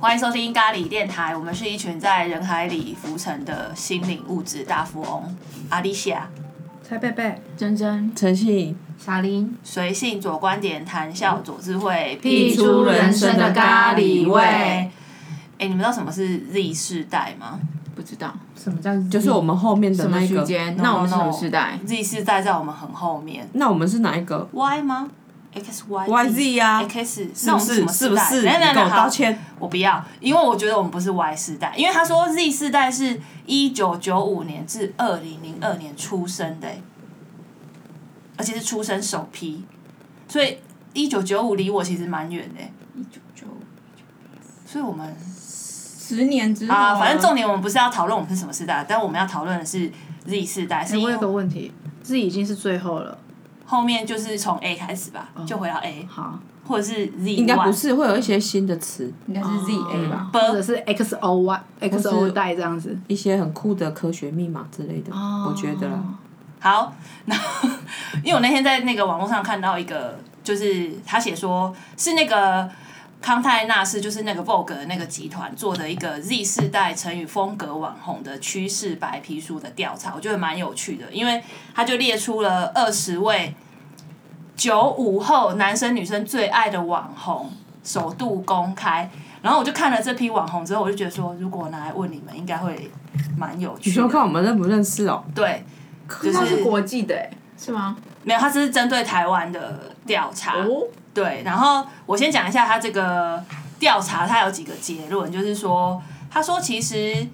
欢迎收听咖喱电台，我们是一群在人海里浮沉的心灵物质大富翁。阿丽夏，蔡贝贝，珍珍、陈信，小林，随性左观点，谈笑左智慧，辟出人生的咖喱味哎、你们知道什么是 Z 世代吗不知道什么叫就是我们后面的什么那区个。间，那我们是什么时代？ ？Z 世代在我们很后面那我们是哪一个，Y 吗？X Y ？Y Z 呀、 X 是什不是？么是世不代？是？等等你跟等，我好道，歉。我不要，因为我觉得我们不是 Y 世代，因为他说 Z 世代是一九九五年至二零零二年出生的、欸而且是出生首批，所以一九九五离我其实蛮远的欸、一九九所以我们十年之后啊，反正重点我们不是要讨论我们是什么世代，但我们要讨论的是 Z 世代，哎是因我有个为问题，这已经是最后了，后面就是从 A 开始吧，就回到 A，哦好，或者是 Z 应该不 Y 是，会有一些新的词，应该是 ZA 吧？嗯或者，B 是 X O Y X 或 O 是代这样子。一些很酷的科学密码之类的，哦我觉得啦。好，那因为我那天在那个网络上看到一个，就是他写说是那个康泰纳斯，就是那个 Vogue 的那个集团做的一个 Z 世代成语风格网红的趋势白皮书的调查，我觉得蛮有趣的，因为他就列出了二十位九五后男生女生最爱的网红，首度公开。然后我就看了这批网红之后，我就觉得说，如果拿来问你们，应该会蛮有你趣的。说看我们认不认识哦？对，就那是是国际的哎，是吗？没有，他只是针对台湾的调查。对，然后我先讲一下他这个调查，他有几个结论，就是说，他说其实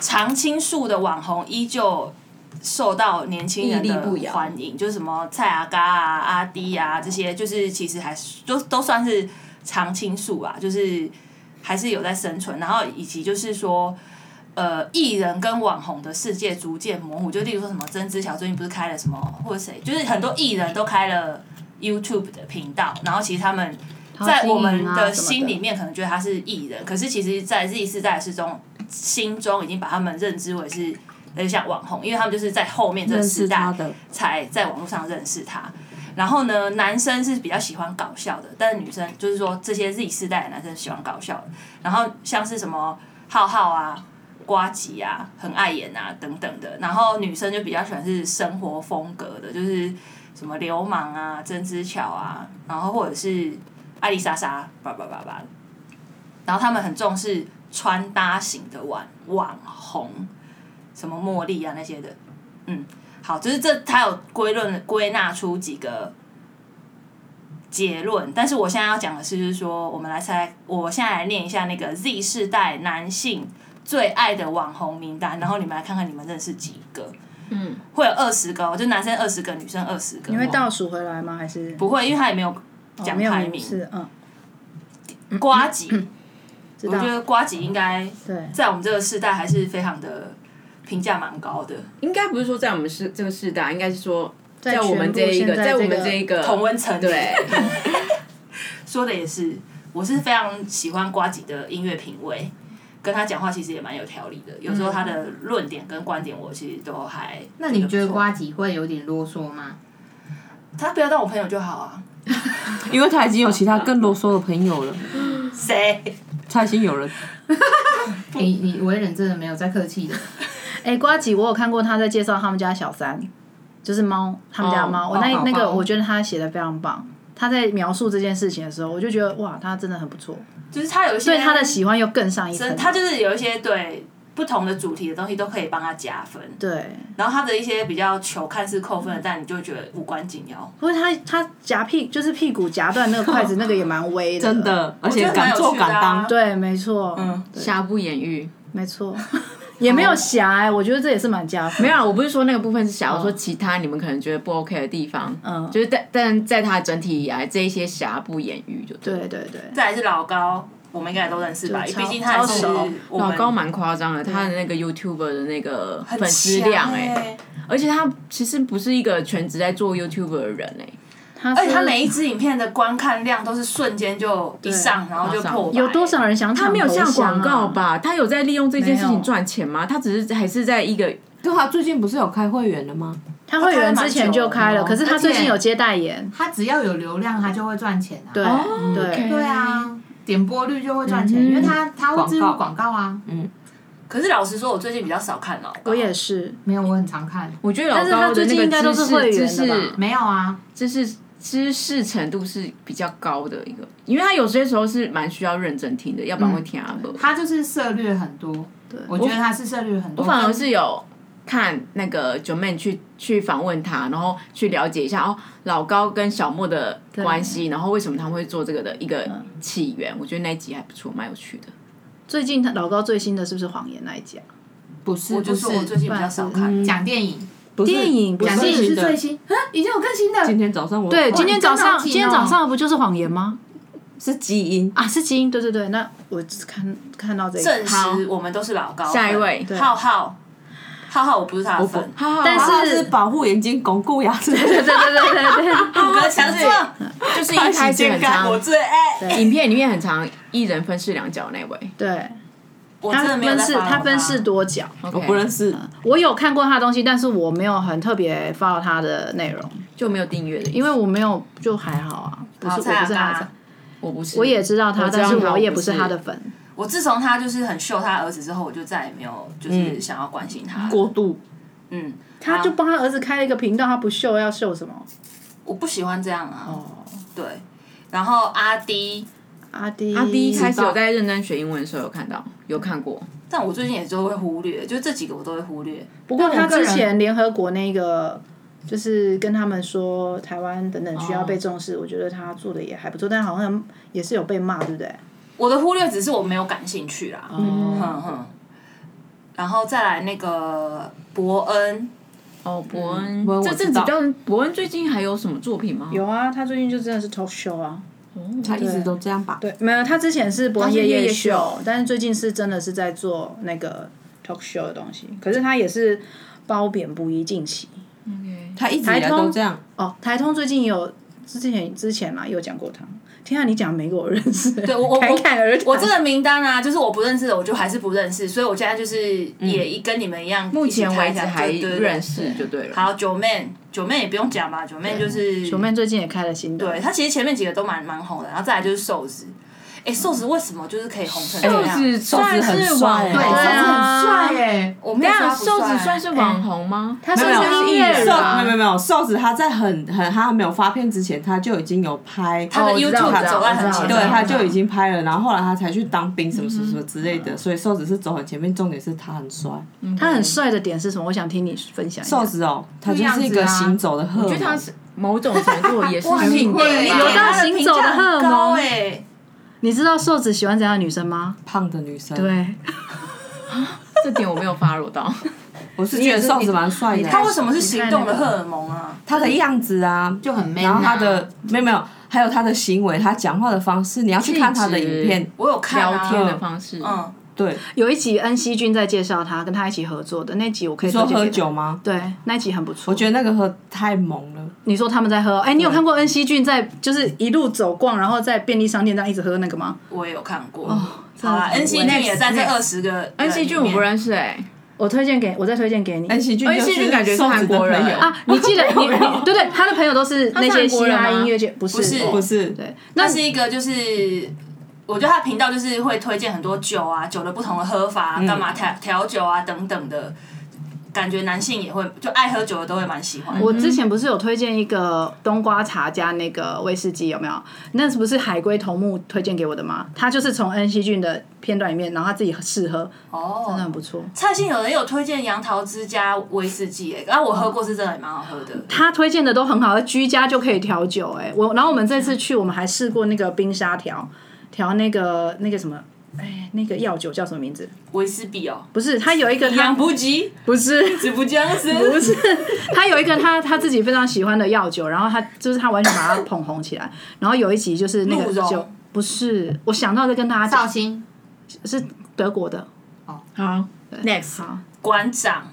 常青树的网红依旧受到年轻人屹立不的摇欢迎，就是什么蔡阿嘎啊、阿迪啊这些，就是其实还是都都算是常青树吧，就是还是有在生存，然后以及就是说。呃，艺人跟网红的世界逐渐模糊，就例如说什么曾之乔最近不是开了什么，或者谁，就是很多艺人都开了 YouTube 的频道，然后其实他们在我们啊啊的心里面可能觉得他是艺人，可是其实，在 Z 世代之中，心中已经把他们认知为是有点像网红，因为他们就是在后面这个认时识代他的，才在网络上认识他。然后呢，男生是比较喜欢搞笑的，但是女生就是说这些 Z 世代的男生喜欢搞笑的。然后像是什么浩浩啊、瓜吉啊、很碍眼啊等等的。然后女生就比较喜欢是生活风格的，就是什么流氓啊、曾之乔啊，然后或者是艾丽莎莎，叭叭叭叭。然后他们很重视穿搭型的网网红，什么茉莉啊那些的。嗯，好，就是这他有归论归纳出几个结论，但是我现在要讲的是，就是说，我们来猜，我现在来念一下那个 Z 世代男性最爱的网红名单，然后你们来看看你们认识几个。嗯，会有二十个哦，就男生二十个，女生二十个。哦你会倒数回来吗？还是哦不会，因为他也没有讲没有排名名。次？嗯，瓜吉，知我道觉。得瓜吉应该对，在我们这个世代还是非常的评价蛮高的，应该不是说在我们是这个世代，应该是说在全部我们这一现个，在在这我个们这一个同温层。对，说的也是，我是非常喜欢瓜吉的音乐品味，跟他讲话其实也蛮有条理的。有时候他的嗯论点跟观点，我其实都还那你觉得不错瓜吉会有点啰嗦吗？他不要当我朋友就好啊？因为他已经有其他更啰嗦的朋友了，谁？他已经有了。你你为人真的没有在客气的， 哎，瓜吉，我有看过他在介绍他们家小三，就是猫，他们家猫。哦我那抱抱那个，抱我觉得他写的非常棒。他在描述这件事情的时候，我就觉得哇，他真的很不错，就是他有一些对他的喜欢又更上一层。他就是有一些对不同的主题的东西都可以帮他加分，对，然后他的一些比较求看似扣分的，但你就会觉得无关紧要。不过他他夹屁就是屁股夹断那个筷子，那个也蛮微的。真，的，而且觉得蛮敢有做趣的啊敢当，对，没错，嗯， 瑕不掩瑜。没错，也没有狭隘，我觉得这也是蛮加分。没有啊，我不是说那个部分是瑕，我说其他你们可能觉得不 OK 的地方，嗯，就是但但在他整体以来，这一些瑕不掩瑜就对了。对对对，再来是老高，我们应该也都认识吧？就超毕竟他也是超熟我哦老们高蛮夸张的，他的那个 YouTuber 的那个粉丝强量哎、欸而且他其实不是一个全职在做 YouTuber 的人哎、他而且他是每一支影片的观看量都是瞬间就一上，然后就破百有多少？人想抢他没有头像像广告啊？吧？他有在利用这件事没有情赚钱吗？他只是还是在一个对他最近不是有开会员了吗？他会员之前就开他开了蛮久的了，哦可是他最近有接代言，他只要有流量，他就会赚钱啊。嗯对哦对 OK 对啊，点播率就会赚钱，因为他他会植入广告啊。可是老实说，我最近比较少看老高，我也是，没有，我很常看。我觉得老但是高他的最那近个应该都是知识会员知的吧识没有啊，知识知识程度是比较高的一个，因为他有些时候是蛮需要认真听的，要不然会听阿嗯伯。他就是涉略很多。我觉得他是涉略很多。我反而跟是有看那个九妹去去访问他，然后去了解一下哦老高跟小莫的关系，然后为什么他们会做这个的一个起源。我觉得那一集还不错，蛮有趣的。最近他老高最新的是不是谎言那一集啊？不是，我就不说我最近比较少嗯看。讲电影，不是电影不讲电电影影新是的最新，啊已经有更新的。今天早上我对，哇今天早你真的上好紧哦今天早上不就是谎言吗？是基因，啊，是基因，对对对。那我只看看到这个，证实我们都是老高粉。下一位对浩浩，浩浩，我不是他的粉，好好，但好它是是保护眼睛、巩固牙齿。对对对对对对。骨 骼强壮，就是一开始很长我，最爱。影片里面很长，一人分饰两角那位。对，我真的他没有分在是 follow 他分是多角， OK 我不认识，我有看过他的东西，但是我没有很特别 follow 他的内容，就没有订阅的，因因为为我没有就还好啊，不是好我不菜啊是他的爸菜，我不是，我也知道他，但是我我也不不是他的。粉，我自从他就是很秀他儿子之后，我就再也没有就是想要关心他。过度嗯，他就好帮他儿子开了一个频道，他不秀要秀什么？我不喜欢这样啊。对，然后阿迪，阿迪，他第一开始有在在认真学英文的时候有看到，有看过。但我最近也就会忽略，就这几个我都会忽略。不过他但我个之人前联合国那个。就是跟他们说台湾等等需要被重视，我觉得他做的也还不错，但好像也是有被骂，对不对？我的忽略只是我没有感兴趣啦。嗯哼哼。然后再来那个伯恩，哦，伯恩伯，恩这我知这比道较伯恩最近还有什么作品吗？有啊，他最近就真的是 talk show 啊，他一直都这样吧？对，没有，他之前是伯恩夜夜夜夜秀，秀但是最近是真的是在做那个 talk show 的东西，可是他也是褒贬不一，近期他一直以来都这样。哦，台通最近也有之前之前嘛有讲过他，天啊，你讲每个我认识，对我我侃侃而谈，我这个名单啊，就是我不认识的，我就还是不认识，所以我现在就是也一跟你们一样，目嗯目前为止还对对认。识就对了。好，九妹，九妹也不用讲吧，九妹就是九妹最近也开了新的，对，她其实前面几个都蛮蛮红的，然后再来就是瘦子。哎，瘦子为什么就是可以红成这哎瘦样？子算瘦子是很网红，帅对对，啊瘦子很帅耶，我没有说他不瘦子帅算哎是网红吗？他没有算是音乐人啊瘦吧没有没有没有瘦子，他在很很他还没有发片之前，他就已经有拍他的哦我知道 YouTube 我知道走在很我知道前面，对，嗯他就已经拍了，然后后来他才去当兵，什么什么什么之类的，所以瘦子是走很前面，重点是他很帅。他很帅的点是什么？我想听你分享一下瘦。子哦，他就是一个行走的荷尔我觉得他蒙，是某种程度也是你哎性会别有到行走的荷尔蒙哎，你知道瘦子喜欢怎样的女生吗？胖的女生。，对， 这点我没有 follow 到。我是觉得瘦子蛮帅的。他为什么是行动的荷尔蒙啊？他的样子啊，就很 man 然后他啊的没有没有，还有他的行为，他讲话的方式，你要去看他的气质影片。我有看聊天啊，的方式，嗯，对，有一集恩熙君在介绍他，跟他一起合作的那集，我可以说推荐给喝他酒吗？对，那一集很不错。我觉得那个喝太猛了，你说他们在喝，哎、你有看过恩熙俊在就是一路走逛，然后在便利商店这样一直喝那个吗？啊我也有看过。真好的啦很，N 无 C 聊君也在这 Next，二十个恩人熙里俊我不面认识哎，我推荐给我再推荐给你恩熙哎俊恩熙就哦俊感觉是瘦子韩的国人朋友啊，你记得你你对对，他的朋友都是那些韩国嘻人哈吗音乐界，不是不是不是，对，那那是一个就是。我觉得他的频道就是会推荐很多酒啊，酒的不同的喝法、啊，干嘛调调酒啊等等的，感觉男性也会就爱喝酒的都会蛮喜欢。我之前不是有推荐一个冬瓜茶加那个威士忌，有没有？那是不是海龟头目推荐给我的吗？他就是从恩熙俊的片段里面，然后他自己试喝，真的哦，很不错。蔡幸有人有推荐杨桃汁加威士忌、欸，然、后我喝过是真的也蛮好喝的。他推荐的都很好，居家就可以调酒、哎，我然后我们这次去，我们还试过那个冰沙调，调那个那个什么，哎，那个药酒叫什么名字？威士忌哦，不是，他有一个他养不及，不是，子不僵尸，不是他有一个他他自己非常喜欢的药酒，然后他就是他完全把它捧红起来。然后有一集就是那个鹿茸酒，不是，我想到再跟大家绍讲，兴是德国的，好，next，好，馆长。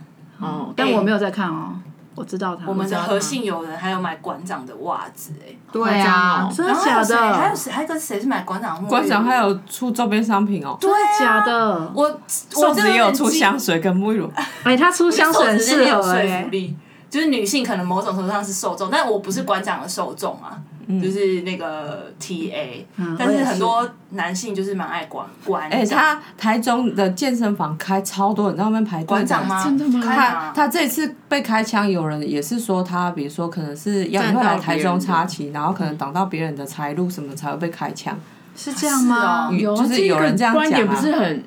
哦，但我没有在看哦，我知道他，我们的道何他信友人还有买馆长的袜子、欸，哎，对啊，真的然后还假有谁？还的有？谁？啊还有跟谁是买馆长的沐浴露？馆长还有出周边商品哦，对啊假的，我瘦我真子的也有出很惊香水跟沐浴露，哎，他出香水很瘦子真适合的有说哎服，力，就是女性可能某种程度上是受众，但我不是馆长的受众啊，就是那个 TA，、但是很多男性就是蛮爱管馆哎、长，他台中的健身房开超多人在外面排队。馆长吗？？真的吗？他他这次被开枪，有人也是说他，比如说可能是要站你会来到台别中人的插旗，然后可能挡到别人的财路什么才会被开枪。是这样吗？是哦有啊就是有人这样观讲点不啊。是很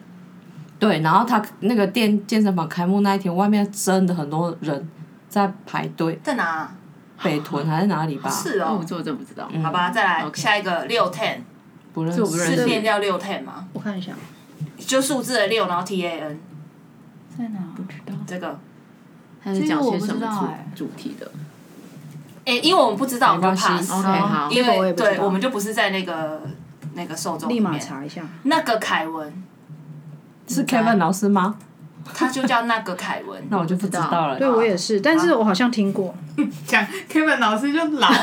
对，然后他那个店健身房开幕那一天，外面真的很多人在排队，在哪？北屯还是哪里吧？是哦，哦，这我真不知道。嗯好吧，再来 OK 下一个六 ten，不认这我不认识。识是念掉六 ten 吗？我看一下就数字的六，然后 T A N 在哪？这个。他是讲些什这个我不知道么哎主主题的哎、因为我们不知道，我没们关就系 pass， ？OK，哦好，因这个我也为不知道对，我们就不是在那个那个受众里立马面。查一下。那个凯文，是 Kevin 老师吗？他就叫那个凯 文。那我就不知道了。对，我也是，但是我好像听过。讲 Kevin 老师就老 了，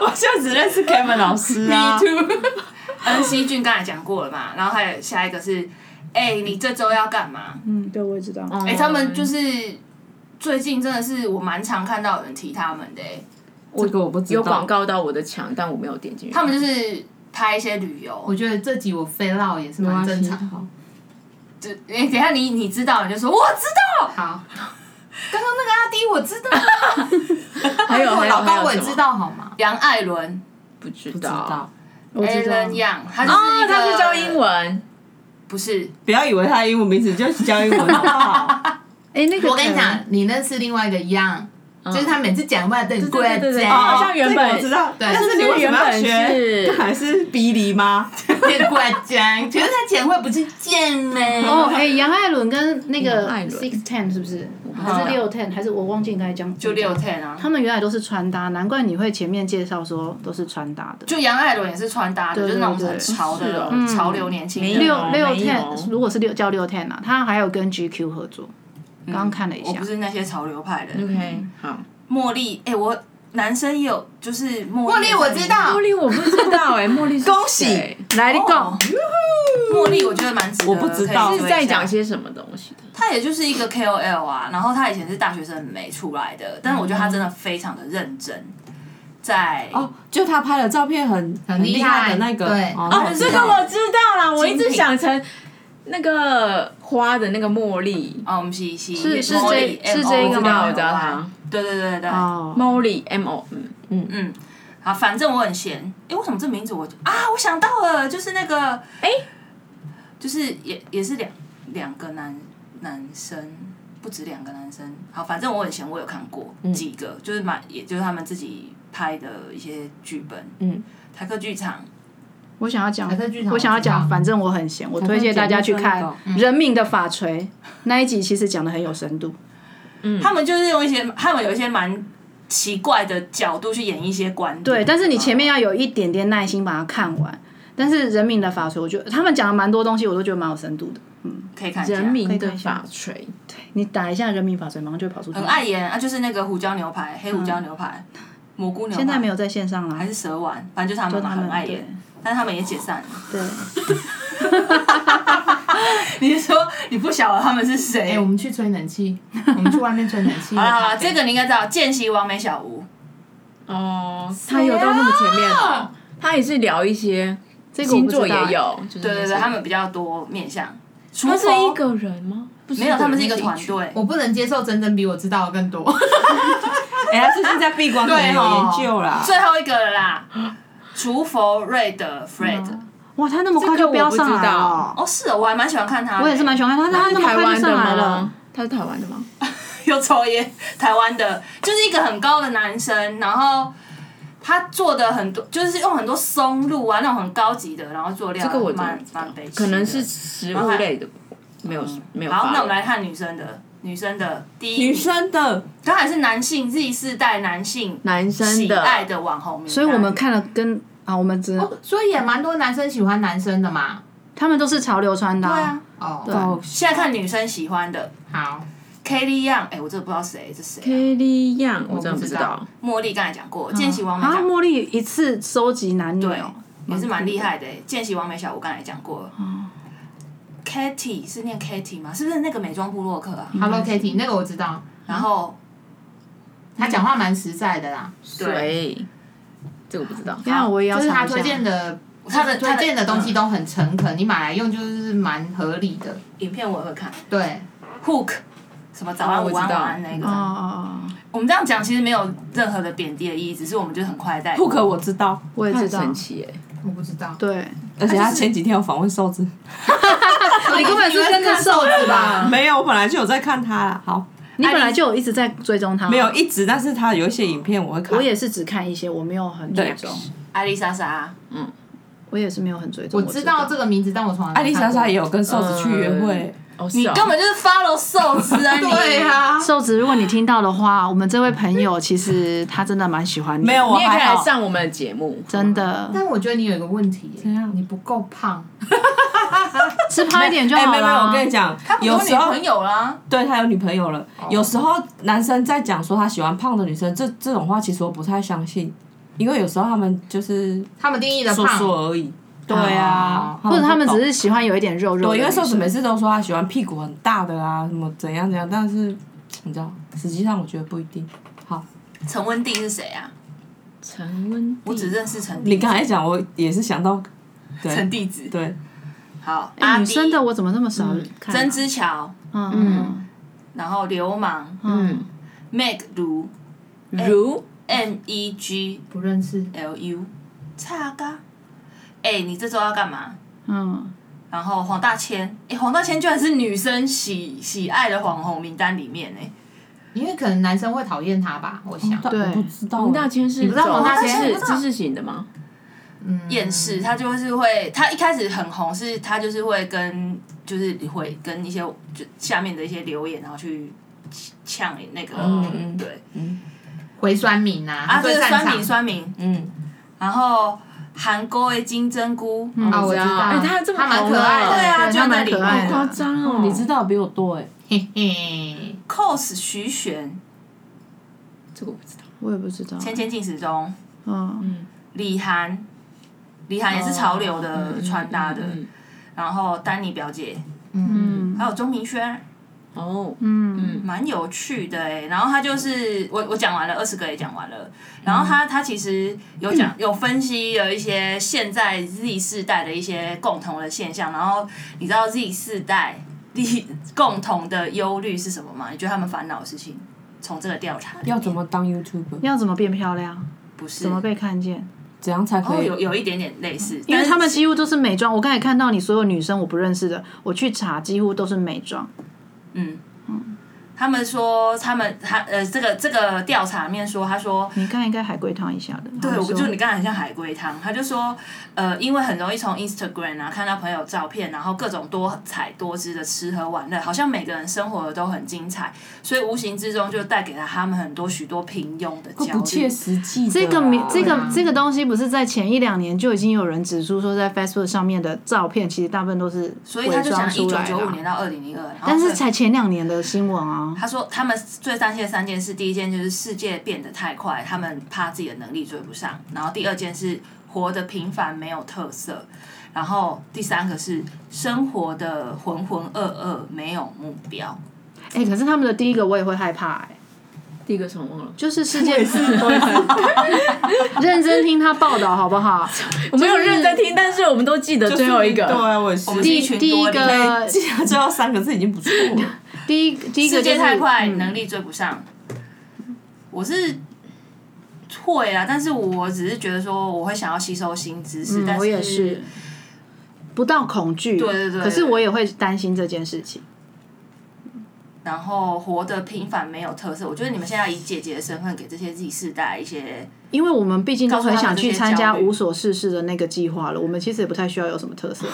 我就只认识 Kevin 老师 啊。恩熙俊刚才讲过了嘛，然后还有下一个是，哎、你这周要干嘛？嗯，对，我也知道。哎、他嗯们就是最近真的是我蛮常看到有人提他们的、哎这个我不知道。有广告到我的墙，但我没有点进去。他们就是拍一些旅游我。觉得这集我飞到也是没蛮关正系，常。好就哎、等一下你你知道你就说我知道，好，刚刚那个啊阿迪我知道，还有我还有老还高有我也什么知道好吗？杨艾伦不知不知道道。。我知道。 Alan Yang，他就是哦，一个、他是教英，文，不是不要以为他的英文名字就是教英文，好不好？哎，那个我跟你凯讲文，，你那是另外一个一样，就是他每次讲话都很 贵对对对对哦好啊，像原本这个我知道，对但是你为什么要学？还是比利吗？很贵讲， 可是他讲话不是贱 美。哦，哎，杨艾伦跟那个杨艾伦 Six Ten 是不是？道还是六 Ten？还是我忘记应该讲就六 ten 啊，他们原来都是穿搭，难怪你会前面介绍说都是穿搭的。就杨艾伦也是穿搭的，对就是那种对很对潮是的哦潮流年轻人。没有六六没有 ten，如果是六叫六 ten 啊，他还有跟 GQ 合作，刚刚看了一我下不。是那些潮流派的人。 OK，好。哎茉莉，哎、我男生也有，就是茉茉莉我知，道茉，莉我不知道哎，茉莉是恭喜谁来，你哦讲，茉莉我觉得蛮值得。我不知道可以是说一在下讲些什么东西的？他也就是一个 KOL 啊，然后他以前是大学生没出来的，但是我觉得他真的非常的认真，在哦，就他拍的照片很很厉厉害的那个对哦哦，这个我知道啦，我一精直品想成那个花的那个茉莉，哦，我们是是是是茉莉这是 M O 这我个知吗道，我知道它。对对对对，哦， Molly M O，嗯，嗯，好，反正我很闲。哎，为什么这名字我啊？我想到了，就是那个哎，就是也也是两两个男男生，不止两个男生。好，反正我很闲，我有看过嗯几个，就是蛮也就是他们自己拍的一些剧本。嗯，台客剧场我想要讲台客剧，场我想要我知讲，道反正我很闲，我推荐大家去看台客《人民的法锤》那一集，其实讲的很有深度。他们就是用一些他们有一些蛮奇怪的角度去演一些观点。对，但是你前面要有一点点耐心把它看完。但是《人民的法锤》，我觉得他们讲了蛮多东西，我都觉得蛮有深度的。啊可以看一下人民的法锤，你打一下《人民法锤》，马上就会跑出去很。碍眼啊，就是那个胡椒牛排、黑胡嗯椒牛排、蘑菇牛排。现在没有在线上啊啦还，是蛇丸，反正就是他就们嘛他很们碍对眼，但是他们也解散了。对， 你是说你不晓得他们是谁？哎，我们去吹冷气， 我们去外面吹冷 气。好了好了，这个你应该知道，见习完美小屋。哦，他有到那么前面啊哦，他也是聊一些这个我星不知道座也欸有，就是对对那对，些他们比较多面向。他他是一个人吗？不哦没有，他们是一个人团群队。我不能接受，真真比我知道的更多。哎，他最近在闭关可能有研究哦啦。最后一个了啦， 厨佛瑞的 Fred。哇，他那么快这个就我飙上不来知道了。哦，是哦，我还蛮喜欢看他的。我也是蛮喜欢看他，他他是那么台快就湾上的来了吗。？他是台湾的吗？有抽烟，台湾的，就是一个很高的男生，然后他做的很多，就是用很多松露啊，那种很高级的，然后做料，这个我真的蛮不知道蛮悲，嗯可能是食物类的，没有没有。好，那我们来看女生的，女生的第一，女，生的刚还是男性 Z 世代男性男生喜爱的的网红名单，所以我们看了跟啊，我们只能 所以也蛮多男生喜欢男生的嘛。他们都是潮流穿对搭啊，，哦，哦，现在看女生喜欢的好， Kelly Young，哎、我这个不知道谁，这谁啊、 Kelly Yang，我真的不知我道。茉莉刚才讲过，见习王美啊，讲过，茉莉一次收集男女对哦，也是蛮厉害的、哎见习王美小，我刚才讲过了。Kitty 是念 Kitty 吗？是不是那个美妆部落客啊？ Hello Kitty，那个我知道，然后他讲话蛮实在的啦。对谁？这个我不知道。那啊我也要就是尝他一下推荐的，他的嗯他的推荐的东西都很诚恳，你买来用就是蛮合理的。影片我也会看对， ，Hook 什么早安、哦午我知安、晚道安那哦个。哦哦，我们这样讲其实没有任何的贬低的意义，只是我们就很快带。不可我知道，我也它知很道，神奇耶，我不知道，对，而且他前几天有访问瘦子，你根本是跟着瘦子 吧？没有，我本来就有在看他啦。好，你本来就有一直在追踪他，没有，一直，但是他有一些影片我会看。我也是只看一些，我没有很追踪，艾丽莎莎，我也是没有很追踪。我我知道这个名字，但我从来艾丽莎莎也有。有跟瘦子去约会，哦，你是哦根本就是 follow 寿司啊！你对啊，瘦子，如果你听到的话，我们这位朋友其实他真的蛮喜欢你，没有，我你也可以还来好。上我们的节目，哦真的但我觉得你有一个问题耶，样你不够胖，吃胖一点就哎，好没有，没有我了跟。你讲，有有女时候朋友啦，对他有女朋友了，有时候男生在讲说他喜欢胖的女生，这这种话其实我不太相信，因为有时候他们就是他们定义的说胖，说而已。对啊，或者他们不只懂是喜欢有一点肉肉的对，女生，因为瘦子每次都说他喜欢屁股很大的啊，什么怎样怎样，但是你知道，实际上我觉得不一定。陈文帝是谁啊？陈温我只认识陈你刚才讲，我也是想到，陈对弟子。对，好，哎阿女迪生的我怎么那么少嗯看啊？曾之乔，嗯嗯然后流氓嗯， Meg 如如 M E G 不认识。 L U，差嘎。哎，你这周要干嘛？嗯，然后黄大千，哎，黄大千居然是女生喜喜爱的网红名单里面哎，因为可能男生会讨厌他吧，我想。但我不知道欸黄大千是你不知道黄大千是我不知道知识型的吗？嗯，厌世，他就是会，他一开始很红，是他就是会跟，就是会跟一些就下面的一些留言，然后去呛那个，嗯嗯对，回酸民呐，啊，对，嗯擅酸长民酸民，嗯，然后韩国的金针菇，哦啊，我知道，哎他这么蛮红可啊爱的，对啊就他那蛮里可爱好夸的。张哦！你知欸道比我多哎，嘿嘿， cos 徐玄，这个我不知道，我也不知道，千千进时钟，嗯，李涵，李涵也是潮流的穿搭的，嗯嗯然后丹妮表姐，嗯，还有钟明轩，哦，嗯蛮有趣的哎、然后他就是我我讲完了，二十个也讲完了。然后他他其实有讲有分析了一些现在 Z 世代的一些共同的现象。然后你知道 Z 世代 Z 共同的忧虑是什么吗？你觉得他们烦恼的事情？从这个调查里面要怎么当 YouTube，要怎么变漂亮？不是？怎么被看见？怎样才哦，可以有有一点点类似，因为他们但是几乎都是美妆。我刚才看到你所有女生我不认识的，我去查几乎都是美妆。嗯他们说他们他呃这个这个调查里面说，他说你看应该海龟汤一下的。嗯对，他我们说就你刚才很像海龟汤，他就说，呃，因为很容易从 Instagram 啊看到朋友照片，然后各种多彩多姿的吃喝玩乐，好像每个人生活的都很精彩，所以无形之中就带给了他们很多许多平庸的焦不切虑。实际的啊？这个名这对个嗯啊这个东西不是在前一两年就已经有人指出说，在 Facebook 上面的照片其实大部分都是所以他伪就想装一出九来九的五啊。年哦到二零零二，但是才前两年的新闻啊，他说他们最担心的三件事，第一件就是世界变得太快，他们怕自己的能力追不上；然后第二件是活得平凡没有特色；然后第三个是生活的浑浑噩噩没有目标。哎、可是他们的第一个我也会害怕、哎，第一个什么忘了？就是世界 认真听他报道好不 好？我没有认真听，但是我们都记得最后一对个。啊，我也是。我们是第一群第一多零个记得最后三个字已经不错了。第一第一个世就界是太快，嗯能力追不上。我是会啊，但是我只是觉得说我会想要吸收新知识，但嗯，是我也是，不到恐惧，对对对可是我也会担心这件事情。然后活得平凡没有特色。我觉得你们现在以姐姐的身份给这些 Z 世代一些，因为我们毕竟都很想去参告诉他们这加些焦虑无所事事的那个计划了，我们其实也不太需要有什么特 色，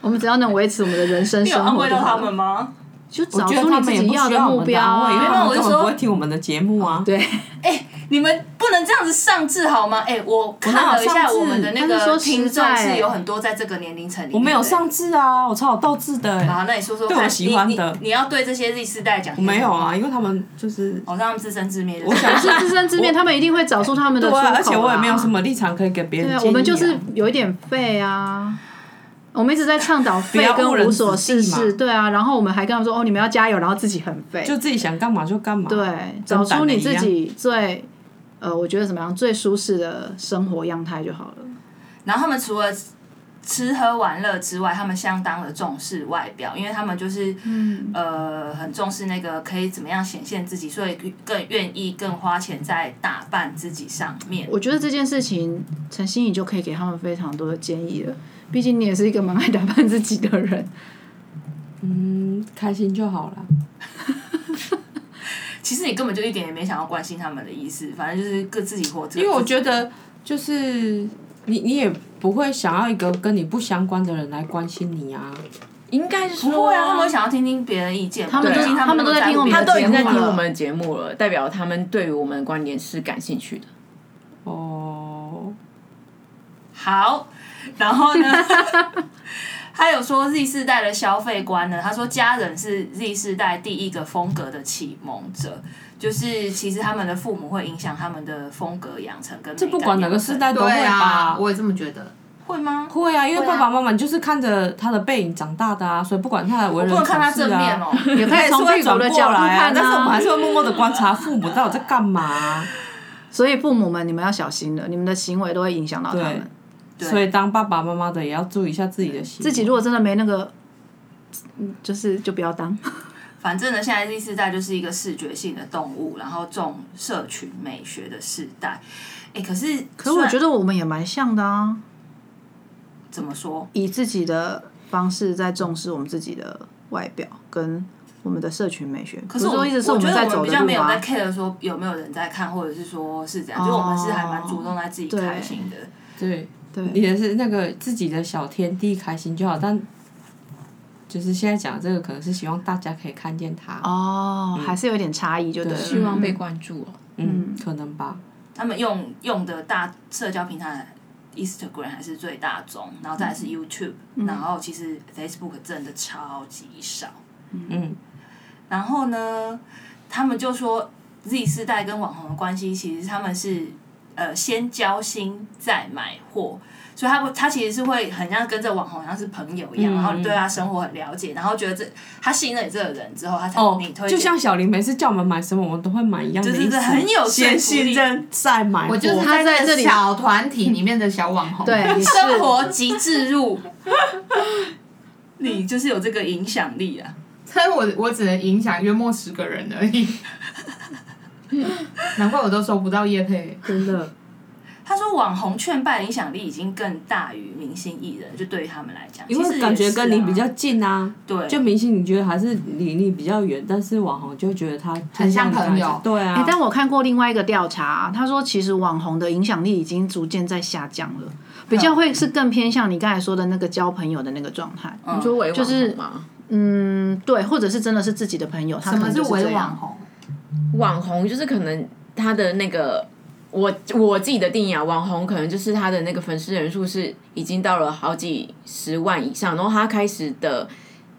我们只要能维持我们的人生有生安活慰就到好他了们。吗？就找觉得出他你们自也己不要需的要我目们的标安慰，因为啊他们根没有本我不就会说听我们的节目啊。对，你们不能这样子上志好吗？哎、我看了一我哪有上下志我们的那但是说个实听众在是有很多在这个年龄层里面的，我没有上字啊，我超有斗志的欸。好，那你说说对我看，喜欢你的你你要对这些 Z 世代讲些没什有么啊，话，因为他们就是我让他们自生自灭。我 想哦是 自生自灭，他们一定会找出他们的出对口、啊，而且我也没有什。么立场可以给别人对啊建议啊。，我们就是有一点废啊。我们一直在倡导废要跟误人无所子事弟嘛事，对啊，然后我们还跟他们说哦，你们要加油，然后自己很废，就自己想干嘛就干嘛。对，跟找胆出你人一自样己最呃，我觉得怎么样最舒适的生活样态就好了。然后他们除了吃喝玩乐之外，他们相当的重视外表，因为他们就是、嗯呃很重视那个可以怎么样显现自己，所以更愿意更花钱在打扮自己上面。我觉得这件事情，陈心怡就可以给他们非常多的建议了。毕竟你也是一个蛮爱打扮自己的 人，嗯，开心就好了。其实你根本就一点也没想要关心他们的意思，反正就是各自己活着。因为我觉得就是你你也不会想要一个跟你不相关的人来关心你啊。应该是不不会啊，他们会想要听听别人的意见，他们毕都竟他们都在听我们他的们都已经在节听目了啊我们的节目了，代表他们对于我们的观点是感兴趣的。哦，好，然后 呢？他有说 Z 世代的消费观呢，他说家人是 Z 世代第一个风格的启蒙者，就是其实他们的父母会影响他们的风格养成跟这不管哪个世世代都会对啊，吧？我也这么觉得。会吗？会啊，因为会啊爸爸妈妈你就是看着他的背影长大的啊，所以不管他的为不人能看他处事正啊面哦、 也可还以是从会父转母过的角度来啊，看但是我们还啊。是会默默的观察父母到底在干嘛啊、所以父母们，你们要小心了，你们的行为都会影响到他们对。所以当爸爸妈妈的也要注意一下自己的心。自己如果真的没那个，嗯就是就不要当。反正呢，现在 Z 世代就是一个视觉性的动物，然后重社群美学的世代。哎、可是可是我觉得得我们也蛮像的啊，怎么说？以自己的方式在重视我们自己的外表跟我们的社群美学。可可是我说一直是我觉们得在我们走比的较没路啊有吗在？care 说有没有人在看，或者是说是这样，就哦我们是还蛮主动在自己对开心的。对对也是那个自己的小天地开心就好，但就是现在讲这个，可能是希望大家可以看见他。哦，还是有点差异，就对了。对希望被关注哦。嗯，可能吧。他们用用的大社交平台 Instagram 还是最大宗，然后再来嗯是 YouTube，、然后其实 Facebook 真的超级少。嗯，然后呢，他们就说 Z 世代跟网红的关系，其实他们是呃先交心再买货，所以他不他其实是会很像跟着网红，像是朋友嗯一样，然后你对他生活很了解，然后觉得这他信任你这个人之后，他才哦你推，荐，就像小林每次叫我们买什么，我们都会买一样的对对意思，对很有说服力先信任再买货。我就是他在这里小团体里面的小网红，对，你是生活极致入，你就是有这个影响力啊。 但我我只能影响约莫十个人 而已。难怪我都收不到叶配，真的，他说，网红劝败影响力已经更大于明星艺人，就对于他们来讲，因其实为也感觉是跟你啊比较近啊。对，就明星，你觉得还是离你比较远，但是网红就觉得他很像你刚才朋友讲对啊。哎、但我看过另外一个调查，他说其实网红的影响力已经逐渐在下降了，比较会是更偏向你刚才说的那个交朋友的那个状态。嗯你说伪网就是红吗？嗯，对，或者是真的是自己的朋友，他什可么能是就是这伪网样。红？网红就是可能他的那个。我我自己的定义啊，网红可能就是他的那个粉丝人数是已经到了好几十万以上，然后他开始的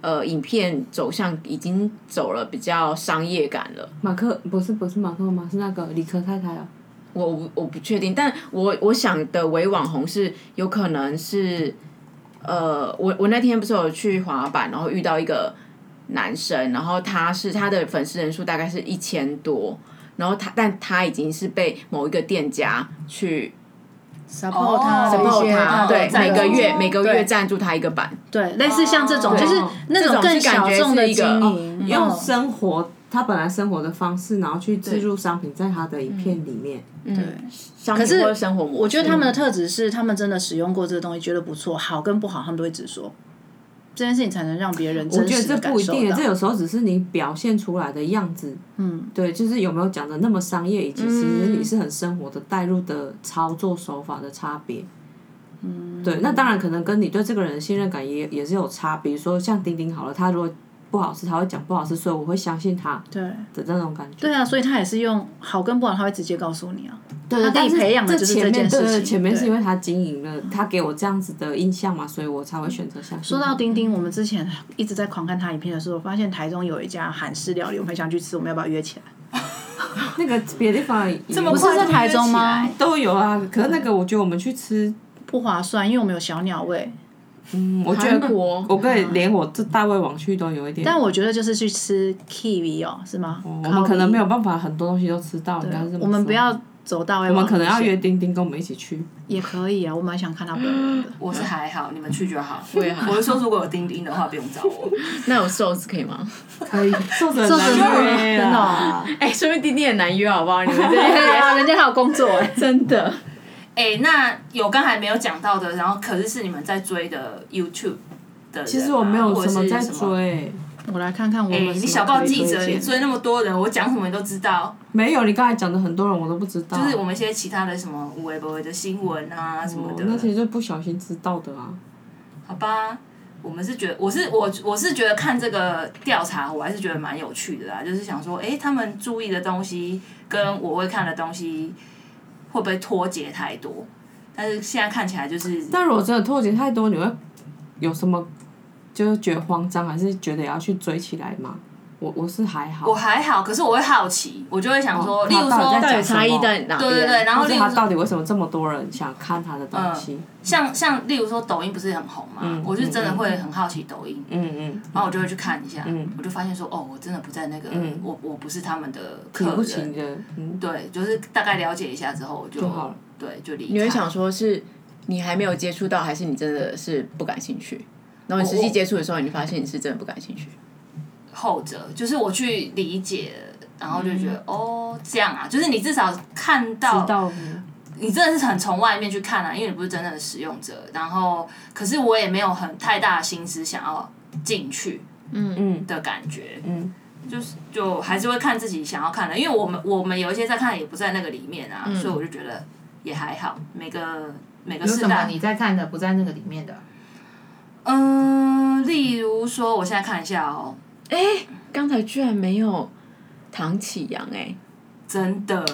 呃影片走向已经走了比较商业感了。马克不是不是马克吗？是那个理科太太啊。我我我不确定，但我我想的伪网红是有可能是，呃，我我那天不是有去滑板，然后遇到一个男生，然后他是他的粉丝人数大概是一千多，然后他但他已经是被某一个店家去 support 他的一 support 些他，哦对，赞每助个月哦每个月对赞助他一个版，对，类似像这哦种，对就是那这种更是感小觉众的是一个经哦营，用嗯生活他本来生活的方式，然后去置入商品在他的影片里面。嗯商品是或者生活模式。我觉得他们的特质是，他们真的使用过这个东西，觉得不错，好跟不好，他们都会直说。这件事情才能让别人我真觉得实的这感不一受定耶，到这。有时候只是你表现出来的样子。嗯，对，就是有没有讲的那么商业，以及其实你是很生活的带入的操作手法的差别。嗯，对，那当然可能跟你对这个人的信任感也也是有差。比如说像丁丁好了，他如果不好吃，他会讲不好吃，所以我会相信他对的那种感觉。对啊，所以他也是用好跟不好，他会直接告诉你啊。对，他可但以是培养的这就是这前面件事对对情前面是对因为他经营了，他给我这样子的印象嘛，所以我才会选择相信。说到丁丁，我们之前一直在狂看他影片的时候，发现台中有一家韩式料理，我们很想去吃，我们要不要约起来？那个别的地方也 这么不是快在就台约中起吗来都有啊，可是那个我觉得我们去吃，不划算，因为我们有小鸟胃。嗯我觉得韩国我跟你连我这大胃王去都有一点，嗯但我觉得就是去吃 kiwi 哦，是吗？我我们可能没有办法很多东西都吃到，应该是这么我们说不要走到位我往们路线，可能要约丁丁跟我们一起去。也可以啊，我蛮想 看他本人的。我是还好，你们去就好。我也 还好我是说，如果有钉钉的话，不用找我。那有瘦子可以吗？可以， 瘦子这很是难约真的 哦，哎、说明弟弟很难约，好不好？你们这。对啊，人家还有工作哎 真的哎、那有刚才没有讲到的，然后可是是你们在追的 YouTube 的人啊、其实我没有或者什么是在什么。追，我来看看我哎、们。你小报记者，可以推荐你追那么多人，我讲什么你都知道。没有。你刚才讲的很多人我都不知道，就是我们一些其他的什么无微不微的新闻啊什么哦的，那些就不小心知道的啊。好吧，我们是觉得，我是我我是觉得看这个调查，我还是觉得蛮有趣的啦，就是想说，诶，他们注意的东西跟我会看的东西会不会脱节太多？但是现在看起来就是，但如果真的脱节太多，你会有什么就是觉得慌张，还是觉得也要去追起来吗？我我是还好我，还好，可是我会好奇，我就会想说，哦例如他到底说在，到底差异在哪边？啊对对对，然后或例是如他说到底为什么这么多人想看他的东西？像像例如说抖音不是很红嘛，我是真的会很好奇抖音，嗯嗯，然后我就会去看一下，我就发现说，哦，我真的不在那个，我我不是他们的客挺人，嗯不情的，嗯，对，就是大概了解一下之后我就就好了对，就离开。你会想说是你还没有接触到，还是你真的是不感兴趣？然后你实我际我接触的时候，你发现你是真的不感兴趣。后者，就是我去理解，然后就觉得、哦，这样啊，就是你至少看到嗯知，道你真的是很从外面去看啊，因为你不是真正的使用者。然后，可是我也没有很太大的心思想要进去，嗯嗯的感觉，嗯，就是就还是会看自己想要看的，因为我们我们有一些在看也不在那个里面啊，所以我就觉得也还好，每个每个有时什么代嗯你在看的不在那个里面的？嗯，例如说，我现在看一下哦，刚才居然没有唐启阳哎，真的，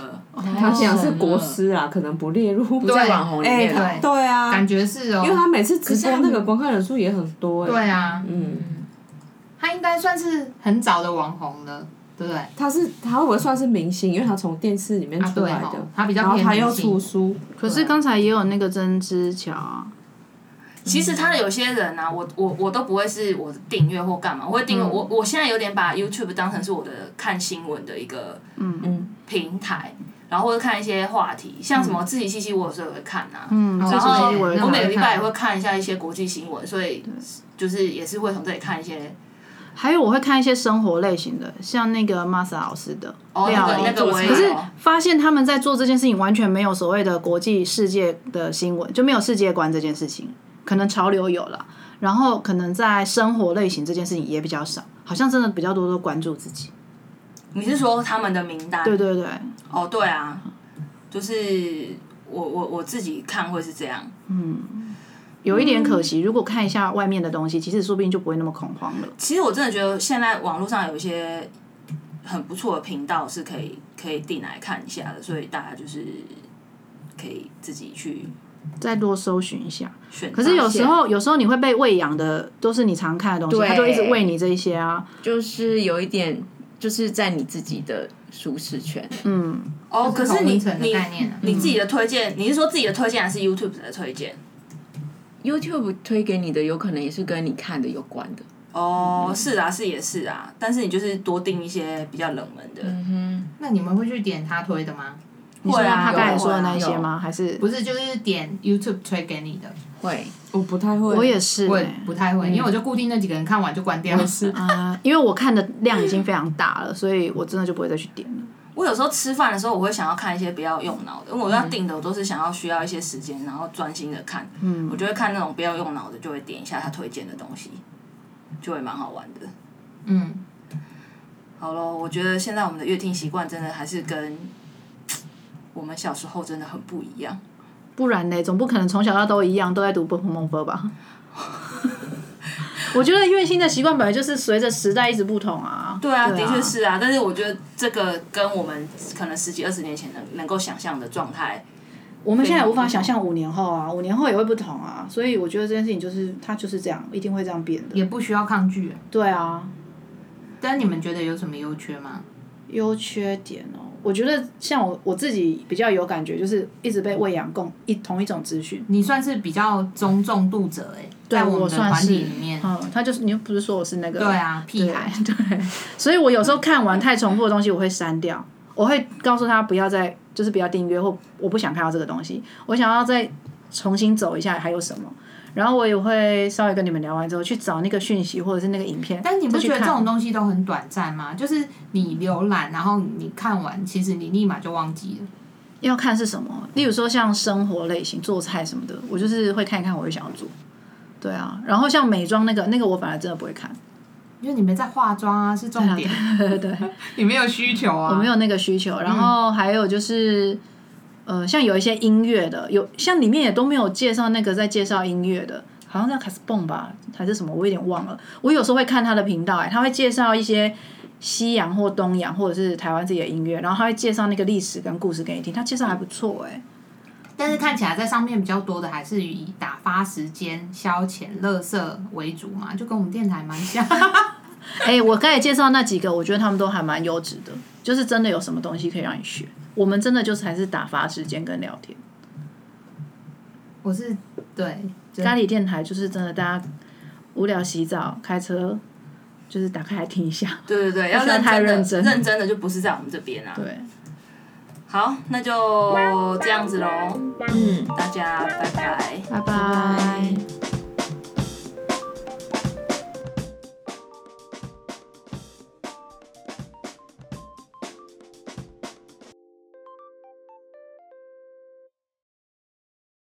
他讲是神了国师啊，可能不列入。嗯不在网 红里哎，面他了。对啊，感觉是哦，因为他每次直可是播他那个观看人数也很多哎。对啊，嗯，他应该算是很早的网红了，对不对？他是他会不会算是明星？因为他从电视里面啊出对来吼的，他比较然后偏他又明星出书，可是刚才也有那个曾之乔啊，其实他的有些人啊，我我我都不会是我的订阅或干嘛，我会订阅、我我现在有点把 YouTube 当成是我的看新闻的一个嗯嗯平台，然后或者看一些话题，像什么自习信息，我有时候也会看啊，嗯，然这然其后实我也我每个看礼拜也会看一下一些国际新闻，所以就是也是会从这里看一些还有我会看一些生活类型的，像那个 Masa 老师的哦那料个理那个我也可是有发现他们在做这件事情完全没有所谓的国际世界的新闻，就没有世界观这件事情，可能潮流有了，然后可能在生活类型这件事情也比较少，好像真的比较多都关注自己。你是说他们的名单？对对对，哦，对啊，就是我我我自己看会是这样。有一点可惜，如果看一下外面的东西，其实说不定就不会那么恐慌了。其实我真的觉得现在网络上有一些很不错的频道是可以可以定来看一下的，所以大家就是可以自己去再多搜寻一下。选择。可是有时候，有时候你会被喂养的都是你常看的东西，对他就一直喂你这一些啊。就是有一点，就是在你自己的舒适圈。嗯，哦，可就是是你同温层的你概念啊你自己的推荐，你是说自己的推荐还是 YouTube 的推荐？ YouTube 推给你的，有可能也是跟你看的有关的。嗯哦，是啊，是也是啊，但是你就是多订一些比较冷门的。嗯那你们会去点他推的吗？会那啊，他刚才有说的那会一啊些吗？还是不是，就是点 YouTube 推给你的，哼，会。我不太会。我也是、我也欸不太会，因为我就固定那几个人看完就关掉。是啊、因为我看的量已经非常大了，所以我真的就不会再去点了。我有时候吃饭的时候，我会想要看一些比较用脑的，因为我要订的我都是想要需要一些时间，然后专心的看。嗯，我就会看那种不要用脑的，就会点一下他推荐的东西，就会蛮好玩的。嗯，好咯，我觉得现在我们的乐听习惯真的还是跟我们小时候真的很不一样。不然呢，总不可能从小到都一样，都在读《蹦蹦蹦蹦》 吧？我觉得乐星的习惯本来就是随着时代一直不同啊。对啊，的确是啊，但是我觉得这个跟我们可能十几二十年前能能够想象的状态，我们现在也无法想象五年后啊，五年后也会不同啊，所以我觉得这件事情就是它就是这样，一定会这样变的。也不需要抗拒。对啊，但你们觉得有什么优缺吗？优缺点哦，我觉得像我我自己比较有感觉，就是一直被喂养共一同一种资讯。你算是比较中重度者哎、在我们的算团是体里面，嗯，他就是你又不是说我是那个对啊，屁孩，对，所以我有时候看完太重复的东西我会删掉。我会告诉他不要再，就是不要订阅或我不想看到这个东西，我想要再重新走一下还有什么。然后我也会稍微跟你们聊完之后去找那个讯息或者是那个影片，但你不再去觉得这看种东西都很短暂吗？就是你浏览，然后你看完，其实你立马就忘记了。要看是什么，例如说像生活类型、做菜什么的，我就是会看一看，我就想要做。对啊，然后像美妆那个，那个我反而真的不会看，因为你没在化妆啊，是重点。对对， 你没有需求啊。我没有那个需求。然后还有就是，呃，像有一些音乐的，有像里面也都没有介绍那个在介绍音乐的，好像叫 c a s b o n 吧，还是什么，我有点忘了。我有时候会看他的频道、哎，他会介绍一些西洋或东洋或者是台湾自己的音乐，然后他会介绍那个历史跟故事给你听，他介绍还不错、哎。但是看起来在上面比较多的还是以打发时间、消遣、乐色为主嘛，就跟我们电台蛮 像。哎、我刚才介绍那几个，我觉得他们都还蛮优质的，就是真的有什么东西可以让你学。我们真的就是还是打发时间跟聊天。我是对，就咖喱电台就是真的，大家无聊洗澡、开车，就是打开来听一下。对对对，要不需要认太真的，认真认真的就不是在我们这边啊。对，好，那就这样子喽，嗯。大家拜拜。拜拜。